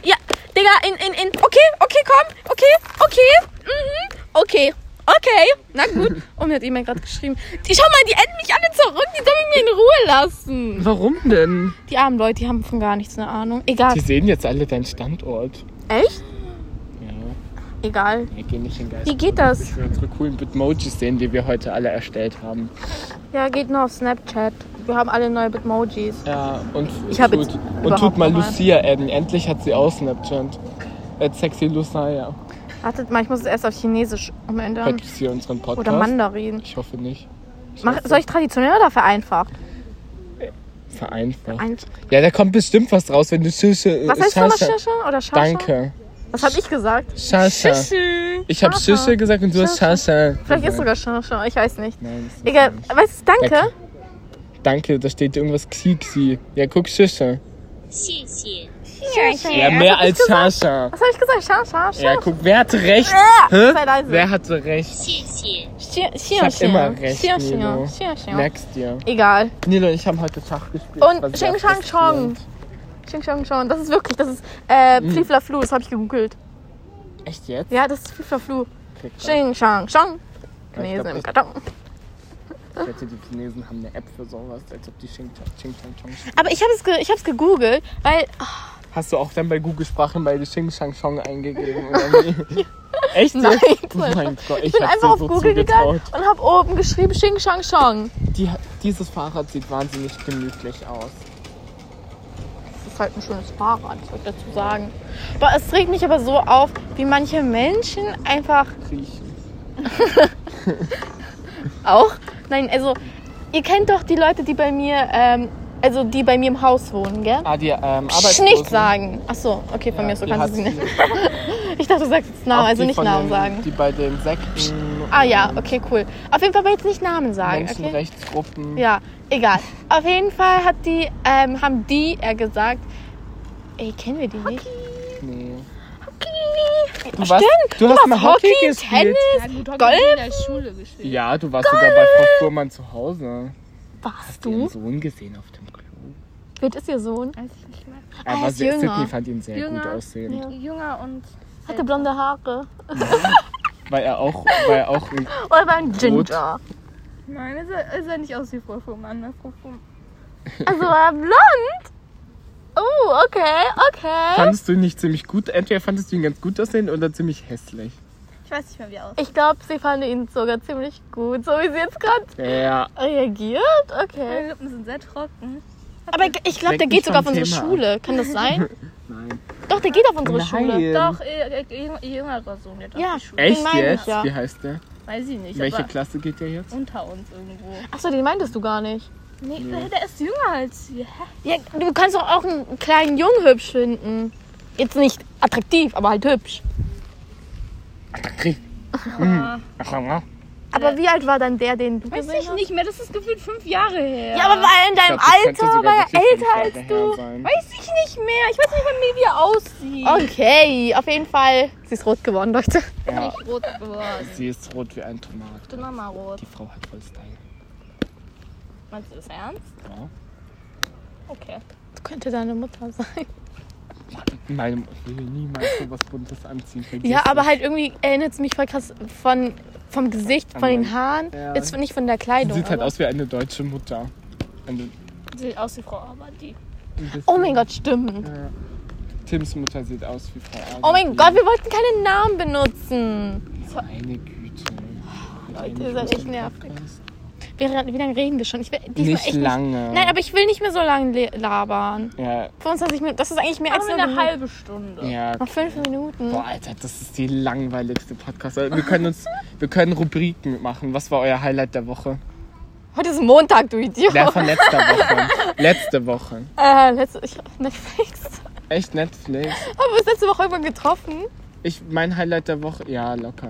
Ja, Digga, in, in, in. Okay, okay, komm. Okay, okay. Mhm. Okay. Okay. Na gut. Oh, mir hat jemand gerade geschrieben. Die, schau mal, die enden mich alle zurück. Die sollen mich in Ruhe lassen.
Warum denn?
Die armen Leute, die haben von gar nichts eine Ahnung. Egal.
Die sehen jetzt alle deinen Standort.
Echt?
Ja,
Egal.
wir gehen nicht in Geist.
Wie geht das?
Ich will unsere coolen Bitmojis sehen, die wir heute alle erstellt haben.
Ja, geht nur auf Snapchat. Wir haben alle neue Bitmojis.
Ja, und
Ich hab
tut,
jetzt
und tut
überhaupt
mal
noch mal-
Lucia adden. Endlich hat sie auch Snapchat. At sexy
Ähm,
Lucia.
Wartet mal, ich muss es erst auf Chinesisch umändern.
Hört Lucia unseren Podcast?
Oder Mandarin.
Ich hoffe nicht. Ich
Mach,
hoffe,
soll ich traditionell oder vereinfacht?
Vereinfacht.
Eins.
Ja, da kommt bestimmt was raus, wenn du Schische.
Was heißt nochmal Shasha oder Shasha?
Danke.
Was habe ich gesagt?
Schascha.
Shishi.
Ich habe
Shasha.
Schische gesagt und du hast Schascha.
Vielleicht ist sogar Shasha, ich weiß nicht.
Nein, das ist
Egal,
nicht.
was ist Danke?
Danke, da steht irgendwas Xi Xi. Ja, guck Schische.
谢谢。
Ja, mehr als Schascha.
Was habe ich gesagt? Shasha?
Ja, guck, wer hatte recht?
Ah,
Hä?
sei leise.
Wer hatte recht?
谢谢。
Ich hab immer recht, Nilo. Merkst dir.
Egal.
Nilo und ich haben heute Schach gespielt.
Und
war sehr
Ching Chang Chong.
frustrierend.
Ching Chang Chong. Das ist wirklich, das ist äh,
Mm.
Flifla Flu, das habe ich gegoogelt.
Echt jetzt?
Ja, das ist Flifla Flu.
Krieg das.
Ching Chang Chong.
Ich
Chinesen
glaub,
im
ich-
Karton.
Ich wette, die Chinesen haben eine App für sowas, als ob die Ching Chang Ching Chang Chong.
Aber ich habe es, ge ich hab's gegoogelt, weil
Hast du auch dann bei Google Sprache mal die Ching Chang Chong eingegeben? Oder wie? (laughs) Echt? jetzt?
Nein,
oh mein Gott, ich,
ich bin
hab's
einfach
dir
auf
so
Google gegangen
zugetraut.
und habe oben geschrieben Ching Chang Chong.
Die, dieses Fahrrad sieht wahnsinnig gemütlich aus.
Das ist halt ein schönes Fahrrad, soll ich dazu sagen. Aber es regt mich aber so auf, wie manche Menschen einfach
Kriechen.
auch. Nein, also ihr kennt doch die Leute, die bei mir, ähm, also die bei mir im Haus wohnen, gell?
Ah, die ähm,
Psch,
Arbeitslosen.
nicht sagen. Ach so, okay, von
Ja,
mir aus so
die
kannst du sie
Hartz
nicht.
IV.
Ich dachte, du sagst jetzt Namen,
Auch
also
die
nicht
von
Namen
den,
sagen.
Die bei den Sekten. ähm,
Ah ja,
und
okay, cool. Auf jeden Fall aber jetzt nicht Namen sagen, okay?
Menschenrechtsgruppen.
Ja, egal. Auf jeden Fall hat die, ähm, haben die eher gesagt, ey, kennen wir die nicht?
Nee.
Ey,
Du warst- du hast mal Hockey gespielt.
Tennis.
Gut,
Golf?
in der Schule gespielt.
Ja, du warst sogar bei Frau Fuhrmann zu Hause.
Warst
Ihren
du?
Sohn gesehen auf dem Klo.
Wie alt ist ihr Sohn?
Weiß ich nicht mehr.
Er
er
war
ist
sehr,
jünger.
Sydney fand ihn sehr
Jünger.
gut aussehend.
Jünger und
Hatte blonde Haare.
Weil er auch, weil
(laughs)
er auch ein
Oder war ein Ginger?
Nein, es sah, es sah nicht aus wie Frau Fuhrmann. Ne? Frau Fuhrmann.
Also war er blond? Oh, okay, okay.
Fandest du ihn nicht ziemlich gut? Entweder fandest du ihn ganz gut aussehen oder ziemlich hässlich.
Ich weiß nicht mehr, wie er aussieht.
Ich glaube, sie fand ihn sogar ziemlich gut, so wie sie jetzt gerade
Ja,
reagiert. Okay.
Meine Lippen sind sehr trocken.
Aber ich glaube, der geht
Lenk mich
sogar auf
vom
unsere
Thema ab.
Schule. Kann das sein?
(laughs) nein.
Doch, der geht auf unsere
nein.
Schule.
Doch, ihr, ihr, ihr jüngerer Sohn jetzt
Ähm. Ja.
auf die Schule.
Echt
meine ich,
jetzt?
ja.
Wie heißt der?
Weiß ich nicht,
Welche
aber
Klasse geht der jetzt?
unter uns irgendwo.
Achso, den meintest du gar nicht.
Nee, der ist jünger als wir. Hä?
Ja, du kannst doch auch einen kleinen Jungen hübsch finden. Jetzt nicht attraktiv, aber halt hübsch.
Hm.
Aber wie alt war dann der, den du
Weiß
gesehen
ich
hast?
nicht mehr, das ist gefühlt fünf Jahre her.
Ja, aber war er in
Ich
deinem
glaub, das könnte
Alter?
sogar
War er
wirklich fünf
älter
Jahre
als
her
du?
sein.
Weiß ich nicht mehr. Ich weiß nicht mal mehr, wie er aussieht.
Okay, auf jeden Fall. Sie ist rot geworden, Leute.
Ja,
Rot geworden.
sie ist rot wie ein Tomat.
Genau.
Bin nochmal rot.
Die Frau hat voll Style.
Meinst du das ernst?
Ja.
Okay.
Das könnte deine Mutter sein.
Nein, ich will niemals so was Buntes anziehen. Vergiss
Ja, aber
es.
halt irgendwie erinnert es mich voll krass von, vom Gesicht, von den Haaren.
Ja.
Jetzt nicht von der Kleidung.
Sieht halt
aber-
aus wie eine deutsche Mutter. Eine,
Sieht aus wie Frau Abadi.
ein bisschen-
Oh mein Gott, stimmt.
Ja. Tims Mutter sieht aus wie Frau Adi.
Oh mein Gott, wir wollten keine Namen benutzen.
Meine Güte.
Leute, ihr seid echt nervig. Wie, wie lange reden wir schon? Ich will diesmal
Nicht
echt
lange.
Nicht, nein, aber ich will nicht mehr so lange le- labern.
Ja,
25 Minuten, das ist eigentlich mehr als nur
Machen wir eine
genug.
halbe Stunde.
ja.
Noch 5 Minuten.
Boah, Alter, das ist die langweiligste Podcast. Also, Wir können uns, wir können Rubriken machen. Was war euer Highlight der Woche?
Heute ist Montag, du Idiot.
Ja, von letzter Woche. Letzte Woche.
Äh, letzte, ich, Netflix. (laughs)
Echt Netflix.
Haben wir uns letzte Woche irgendwann getroffen?
Ich, mein Highlight der Woche, ja, locker.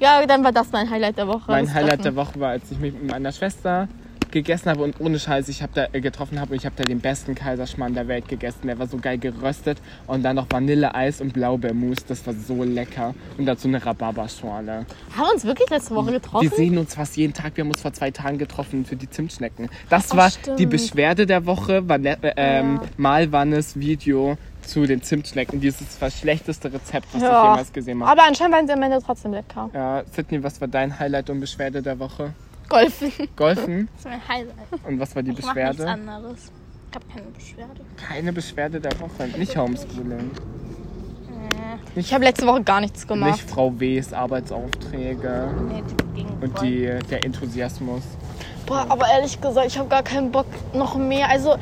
Ja, dann war das mein Highlight der Woche.
Mein
das
Highlight der
Treffen.
Woche war, als ich mich mit meiner Schwester gegessen habe und ohne Scheiß, ich habe da äh, getroffen habe und ich habe da den besten Kaiserschmarrn der Welt gegessen. Der war so geil geröstet und dann noch Vanilleeis und Blaubeermus. Das war so lecker und dazu eine Rhabarberschorle.
Haben wir uns wirklich letzte Woche
Wir
getroffen?
sehen uns fast jeden Tag. Wir haben uns vor zwei Tagen getroffen für die Zimtschnecken. Das
Ach,
war
stimmt.
die Beschwerde der Woche. Van äh, ähm,
Ja.
Mal Wannes Video zu den Zimtschnecken. Dieses war das schlechteste Rezept, was ich
Ja.
jemals gesehen habe.
Aber anscheinend waren sie am Ende trotzdem lecker.
Ja, Äh, Sydney, was war dein Highlight und Beschwerde der Woche?
Golfen.
Golfen?
Das ist mein Highlight.
Und was war die
Ich mache nichts
Beschwerde?
anderes. Ich habe keine Beschwerde.
Keine Beschwerde der Woche. Nicht Homeschooling.
(laughs) Ich habe letzte Woche gar nichts gemacht.
Nicht Frau Ws Arbeitsaufträge
Nee, die ging
und
voll.
die, der Enthusiasmus.
Boah, aber ehrlich gesagt, ich habe gar keinen Bock noch mehr. Also,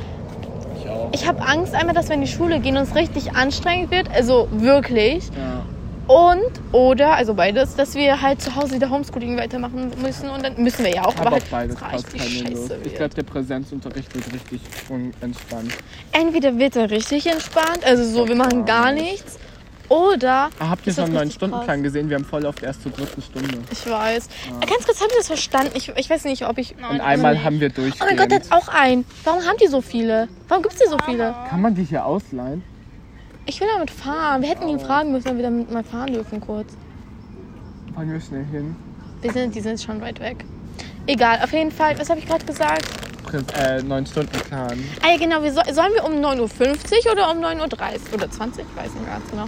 Ich auch.
ich habe Angst einmal, dass wir in die Schule gehen und es richtig anstrengend wird. Also, wirklich.
Ja.
Und, oder, also beides, dass wir halt zu Hause wieder Homeschooling weitermachen müssen. Und dann müssen wir ja auch.
Aber,
halt,
auf beides
es
passt
reicht, wie
keine Lust.
scheiße
Ich
wird.
glaube, der Präsenzunterricht wird richtig unentspannt.
Entweder wird er richtig entspannt, also so, wir machen gar nichts. Oder.
Ah, habt ihr
Ist
schon
das
einen neuen
richtig krass?
Stundenplan gesehen? Wir haben voll oft erst zur dritten Stunde.
Ich weiß. Ganz kurz, habt ihr das verstanden? Ich, ich weiß nicht, ob ich.
Nein,
Ah. Und
das
einmal
nicht.
haben wir
Oh mein Gott, der
durchgehend.
hat auch einen. Warum haben die so viele? Warum gibt es hier so viele?
Kann man die hier ausleihen?
Ich will damit fahren. Wir hätten
Ah.
ihn fragen müssen, ob wir damit mal fahren dürfen kurz.
Fahren wir schnell hin.
Wir sind, die sind schon weit weg. Egal, auf jeden Fall, was habe ich gerade gesagt?
Präs äh, neun Stundenplan.
Ah ja, genau, wir so, sollen wir um 9.50 Uhr oder um 9.30 Uhr oder 20? Ich weiß nicht ganz genau.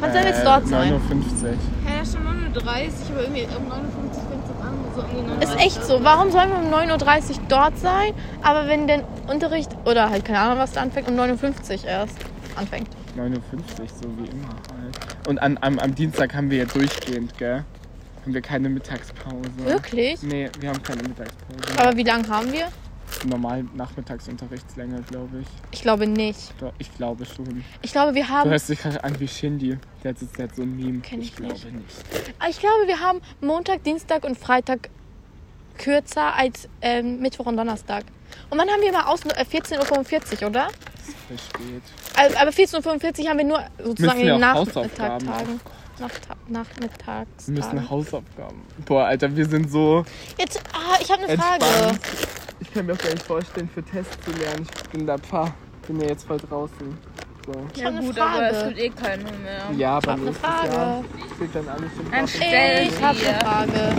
Wann sollen wir jetzt dort sein?
9.50 Äh, Uhr.
Ja, ja, schon 9.30 Uhr, aber irgendwie um 59 fängt es an. So um die 9
Ist echt so. Warum sollen wir um 9.30 Uhr dort sein, aber wenn der Unterricht oder halt keine Ahnung, was da anfängt, um 9.50 Uhr erst anfängt?
9.50 Uhr, so wie immer halt. Und an, am, am Dienstag haben wir ja durchgehend, gell? Haben wir keine Mittagspause.
Wirklich?
Nee, wir haben keine Mittagspause.
Aber wie lange haben wir?
Normal Nachmittagsunterrichtslänge, glaube ich.
Ich glaube nicht.
Doch, Ich glaube schon.
Ich glaube, wir haben
Du hörst dich gerade an wie Shindy. Der hat jetzt der hat so ein Meme.
Kenn ich
glaube
nicht.
nicht.
Ich glaube, wir haben Montag, Dienstag und Freitag kürzer als ähm, Mittwoch und Donnerstag. Und wann haben wir mal aus? Äh, 14.45 Uhr, oder?
Voll spät.
Al- Also, Aber 14.45 Uhr haben wir nur sozusagen
Müssen wir
den
auch
Nachmittag.
Hausaufgaben machen?
Nachta- Nachmittags.
Wir müssen Hausaufgaben. Boah, Alter, wir sind so
Jetzt, ah, ich habe eine
entspannt.
Frage.
Ich kann mir auch gar nicht vorstellen, für Tests zu lernen. Ich bin da, pah, bin ja jetzt voll draußen. So.
Ich habe eine Frage.
eh keine mehr.
Ja,
Ich habe
aber
eine
nächstes
Frage.
Jahr steht dann alles im Äh,
Ein
Kopf.
Stell
Ich habe
dir.
eine Frage.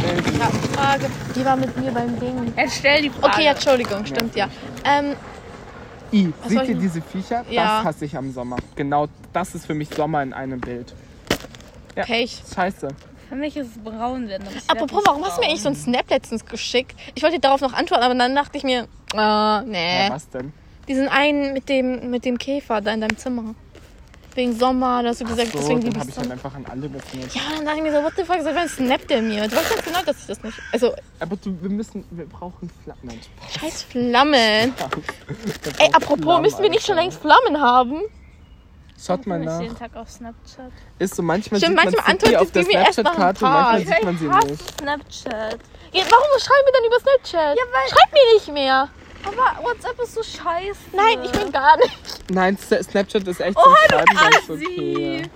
Ich habe eine Frage. Die war mit mir beim Ding.
Jetzt stell die Frage.
Okay, ja, Entschuldigung, stimmt ja. Ähm,
I,
Was soll
seht
ich
ihr
denn-
diese Viecher?
Ja.
Das hasse ich am Sommer. Genau, das ist für mich Sommer in einem Bild. Ja.
Pech.
Scheiße.
Für mich ist es braun werden.
Apropos, warum hast du mir eigentlich so einen Snap letztens geschickt? Ich wollte darauf noch antworten, aber dann dachte ich mir, äh, nee.
Ja, was denn?
Diesen einen mit dem, mit dem Käfer da in deinem Zimmer. Wegen Sommer, da hast du gesagt,
So,
deswegen
den
liebe
habe
ich
ich dann
Sommer.
einfach an alle gefunden.
Ja, dann dachte ich mir so, what the fuck, seit wann snappt der mir? Du weißt ganz genau, dass ich das nicht. Also,
Aber du, wir müssen, wir brauchen Flatten. Nein, Spaß.
scheiß Flammen.
(laughs) Wir
Ey,
brauchen
apropos,
Flammen,
müssen wir nicht schon
Alter.
längst Flammen haben?
Schaut mal nach.
jeden Tag auf Snapchat.
ist so manchmal
Stimmt,
sieht man
manchmal
City
antwortet
auf der
Bibi erst nach ein
Snapchat-Karte und
paar.
manchmal sieht man sie nicht.
Snapchat.
Ja, warum schreiben wir dann über Snapchat?
Ja, weil-
Schreib mir nicht mehr.
Aber WhatsApp ist so scheiße.
Nein, ich bin gar nicht.
Nein, S- Snapchat ist echt
Oh,
zum Schreiben ganz okay.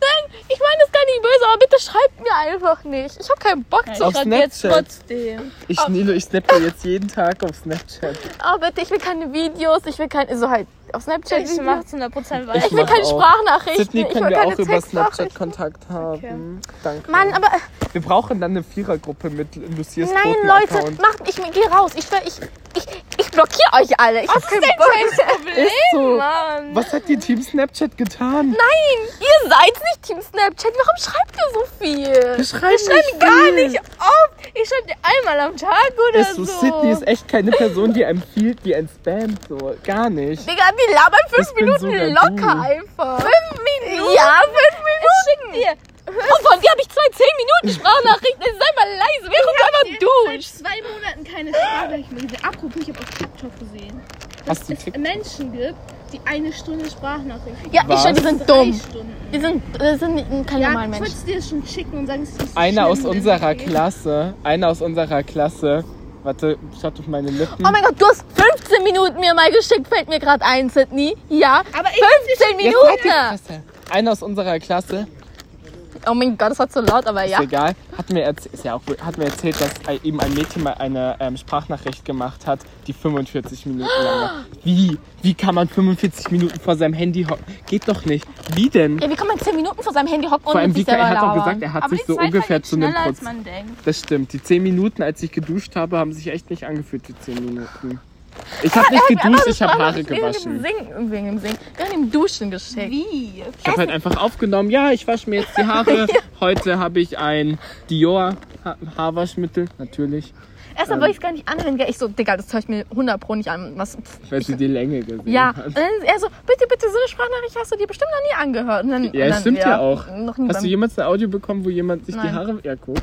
Nein, ich meine das gar nicht böse, aber bitte schreibt mir einfach nicht. Ich habe keinen Bock zu
Auf
schreiben.
Snapchat.
trotzdem.
Ich,
Oh.
Nilo, ich snappe jetzt jeden Tag auf Snapchat.
Oh, bitte, ich will keine Videos, ich will kein. So halt auf Snapchat.
Ich mach's 100% weiter.
Ich
Ich will
mach
keine
auch.
Sprachnachrichten.
Sydney
ich
können
will
wir
keine
auch über
Textnachrichten.
Snapchat Kontakt haben. Danke.
Mann, aber
wir brauchen dann eine Vierergruppe mit Lucias
nein,
roten
Leute,
Account.
macht. Ich gehe raus. Ich, schwör, ich, ich, ich blockiere euch alle. Ich hab keinen Bock.
Ist so.
Mann.
Was hat die Team Snapchat getan?
(laughs) Nein, ihr seid nicht Team Snapchat. Warum schreibt ihr so viel?
wir schreiben
schreibe gar nicht oft. Ich schreibe dir einmal am Tag oder
Ist so, Sydney ist echt keine Person, die einem empfiehlt, die einen spammt. So. Gar nicht.
Digga, wir labern
Ich
fünf
bin
Minuten
sogar
locker
du.
einfach. Fünf Minuten? Ja, fünf Minuten.
dir.
Und von dir habe ich zwei zehn Minuten Sprachnachrichten. Jetzt sei mal leise, während du einfach
Seit
duscht.
zwei Monaten keine Sprachnachrichten mehr gesehen. Apropos, ich habe auf TikTok gesehen,
Hast du
dass es
TikTok?
Menschen gibt, die eine Stunde Sprachnachrichten
Ja, ich
Was?
schwör, die sind dumm.
Drei Stunden.
Die sind, die sind keine
Ja,
normalen
ich
Menschen.
wollte dir schon schicken und sagen, es ist nicht so
Einer aus
schlimm, wenn sie
unserer
geht.
Klasse, einer aus unserer Klasse, warte, schaut auf meine Lippen.
Oh mein Gott, du hast 15 Minuten mir mal geschickt, fällt mir gerade ein, Sydney. Ja,
Aber ich-
15
Jetzt
Minuten.
halt die Fresse. Einer aus unserer Klasse,
Oh mein Gott, das war zu laut, aber
ist
ja.
egal, hat mir, erz- ist ja auch, wohl- hat mir erzählt, dass ein- ihm ein Mädchen mal eine ähm, Sprachnachricht gemacht hat, die 45 Minuten lang
(gasps)
war. Wie? Wie kann man 45 Minuten vor seinem Handy hocken? Geht doch nicht. Wie denn?
Ja, wie kann man 10 Minuten vor seinem Handy hocken und
Vor allem,
mit
wie,
sich
er
selber
hat auch
labern?
gesagt, er hat
Aber
sich
die
so
Zeit
halt
ungefähr
vergeht
zu einem
schneller, als
Prozent.
man denkt.
Das stimmt. Die 10 Minuten, als ich geduscht habe, haben sich echt nicht angefühlt wie 10 Minuten. Ich habe nicht geduscht, ich habe Haare gewaschen.
Wegen dem Singen, wegen dem Singen. Wegen dem Duschen geschickt.
Wie?
Ich habe halt einfach aufgenommen, ja, ich wasche mir jetzt die
(laughs)
Haare. Heute habe ich ein Dior ha Haarwaschmittel, natürlich,
Erstmal wollte ich es gar nicht anwenden. gell. Ich so, Digga, das höre ich mir 100 Pro nicht an. Was, pff,
weil sie die Länge gesehen
ja.
hat.
Und dann ist er so, bitte, bitte, so eine Sprachnachricht hast du dir bestimmt noch nie angehört. Und dann,
Ja,
und
es
dann,
stimmt ja auch.
Noch nie
Hast du
beim,
jemals ein Audio bekommen, wo jemand sich die
Nein.
Haare... Ja, guck.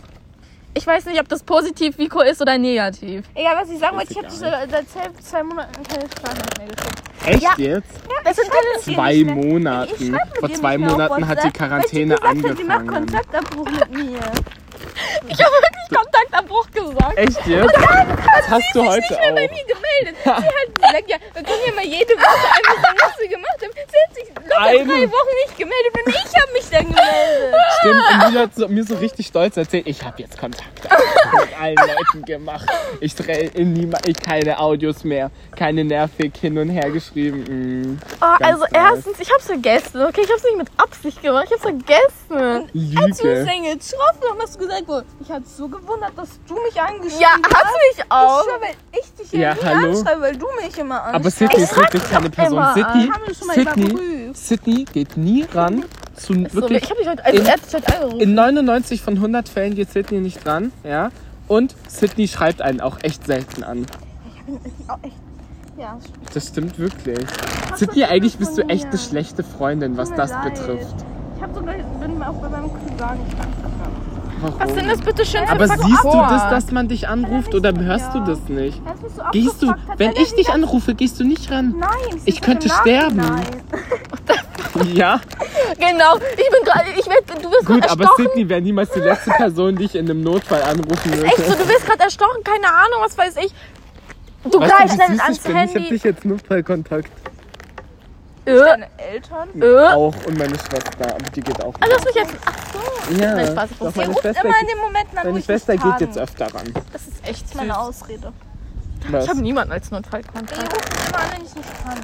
ich weiß nicht, ob das positiv Vico ist oder negativ.
Egal, was ich sagen wollte,
Ist
ich habe seit seit zwei Monaten keine Sprachnachrichten mehr geschickt.
Echt
Ja.
jetzt?
Das sind keine
Zwei Monaten. Vor zwei Monaten hat die Quarantäne
Sie macht
angefangen.
Kontaktabbruch mit (laughs) mir.
Kontaktabbruch gesagt.
Echt jetzt? Das hast du heute
Ich bin bei
auch.
mir gemeldet. Sie hat gesagt, ja, wir können ja mal jede Woche einfach sagen, was wir gemacht haben. Sie hat sich locker
Eine.
drei Wochen nicht gemeldet und ich habe mich dann gemeldet.
Stimmt, und die hat so, mir so richtig stolz erzählt, ich habe jetzt Kontakt mit allen Leuten gemacht. Ich drehe in niemand, ich keine Audios mehr, keine nervig hin und her geschrieben. Mm,
Oh, also
nice.
erstens, ich hab's vergessen, okay? Ich hab's nicht mit Absicht gemacht, ich hab's vergessen.
Du
Lüge.
Sängel, schroff noch, hast du gesagt wurde. Ich hatte so gewundert, dass du mich angeschrieben
Ja,
hast.
hast du mich auch.
Ich schwör, weil ich dich
Ja,
ja, nie
hallo.
anschreibe, weil du mich immer anschreibst.
Aber Sydney ist wirklich keine Person.
immer
Sydney,
an.
Haben wir schon mal
Sydney,
überprüft.
Sydney geht nie ran zu
So,
wirklich
ich hab dich heute, also
in-
er hat dich heute angerufen.
In 99 von 100 Fällen geht Sydney nicht dran, ja. Und Sydney schreibt einen auch echt selten an.
Oh, echt. Ja, stimmt.
Das stimmt wirklich. Sydney, eigentlich bist du echt eine
telefoniert.
schlechte Freundin, was
Tut mir
das
leid.
betrifft.
Ich hab sogar, bin auch bei meinem Cousin nicht angegangen.
Warum?
Was sind das bitte schön für
Aber
Faktoren?
siehst du das, dass man dich anruft oder hörst du das nicht?
Er hat mich so
Gehst du,
abgefuckt, hat
wenn
er
ich dich
gesagt,
anrufe, gehst du nicht ran?
Nein,
Ich könnte sterben. Ja,
Genau, ich bin gerade, ich werd, du wirst
gut,
gerade
aber
erstochen.
Sydney wäre niemals die letzte Person, die ich in einem Notfall anrufen
Echt so,
würde.
du wirst gerade erstochen, keine Ahnung, was weiß ich. Du
Weißt du, wie
greifst schnell
süß ich
ans
bin? Ich hab
Handy.
dich jetzt Notfallkontakt.
Äh,
Deine Eltern?
äh.
Auch und meine Schwester, aber die geht auch.
Ah, Lass mich jetzt. Ach,
Ja,
Nein, Spaß, ich
doch,
muss-
meine
Ihr ruft
Schwester,
immer in den Momenten an, wo
meine
ich
Schwester
nicht
geht
kann.
jetzt öfter ran.
das ist echt
Das ist meine
süß.
Ausrede.
Was?
Ich habe niemanden als Notfallkontakt.
Ihr ruft immer an, wenn ich nicht kann.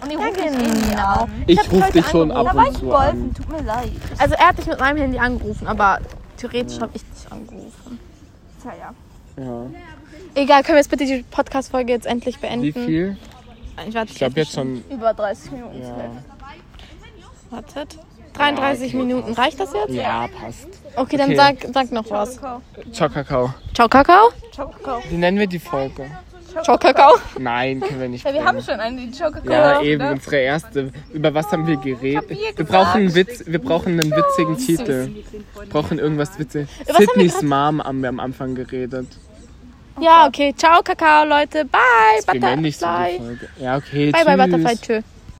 Und ihr
Ja,
ruft mich eh nie
genau.
an.
Ich,
hab dich
rufe
heute
dich schon
angerufen.
ab
Da war
und
ich
zu an.
golfen, tut mir leid.
Also er hat dich mit meinem Handy angerufen, aber theoretisch habe ich dich angerufen.
Tja, ja.
Ja.
Egal, können wir jetzt bitte die Podcast-Folge jetzt endlich beenden?
Wie viel?
Ich, warte,
Ich glaube jetzt schon.
Über 30 Minuten.
Ja.
Wartet. 33 Minuten, reicht das jetzt?
ja, passt.
Okay, dann
Okay.
sag, sag noch was.
Ciao, Kakao.
Ciao, Kakao.
Ciao, Kakao.
Wie nennen wir die Folge?
Ciao, Kakao.
Nein, können wir nicht.
Ja, wir
bringen.
haben schon einen, den Ciao, Kakao.
Ja, eh, eben,
ne?
unsere erste. Über was haben wir geredet?
Bier
Wir
gesagt.
brauchen einen Witz, wir brauchen einen witzigen Titel. Wir brauchen irgendwas Witziges.
haben wir
Sydneys Mom haben wir am Anfang geredet.
Ja, okay. Ciao, Kakao, Leute. Bye.
Wir nennen nicht so die
Butterfly.
Folge. Ja, okay,
Bye, bye,
tschüss.
Butterfly. Tschö.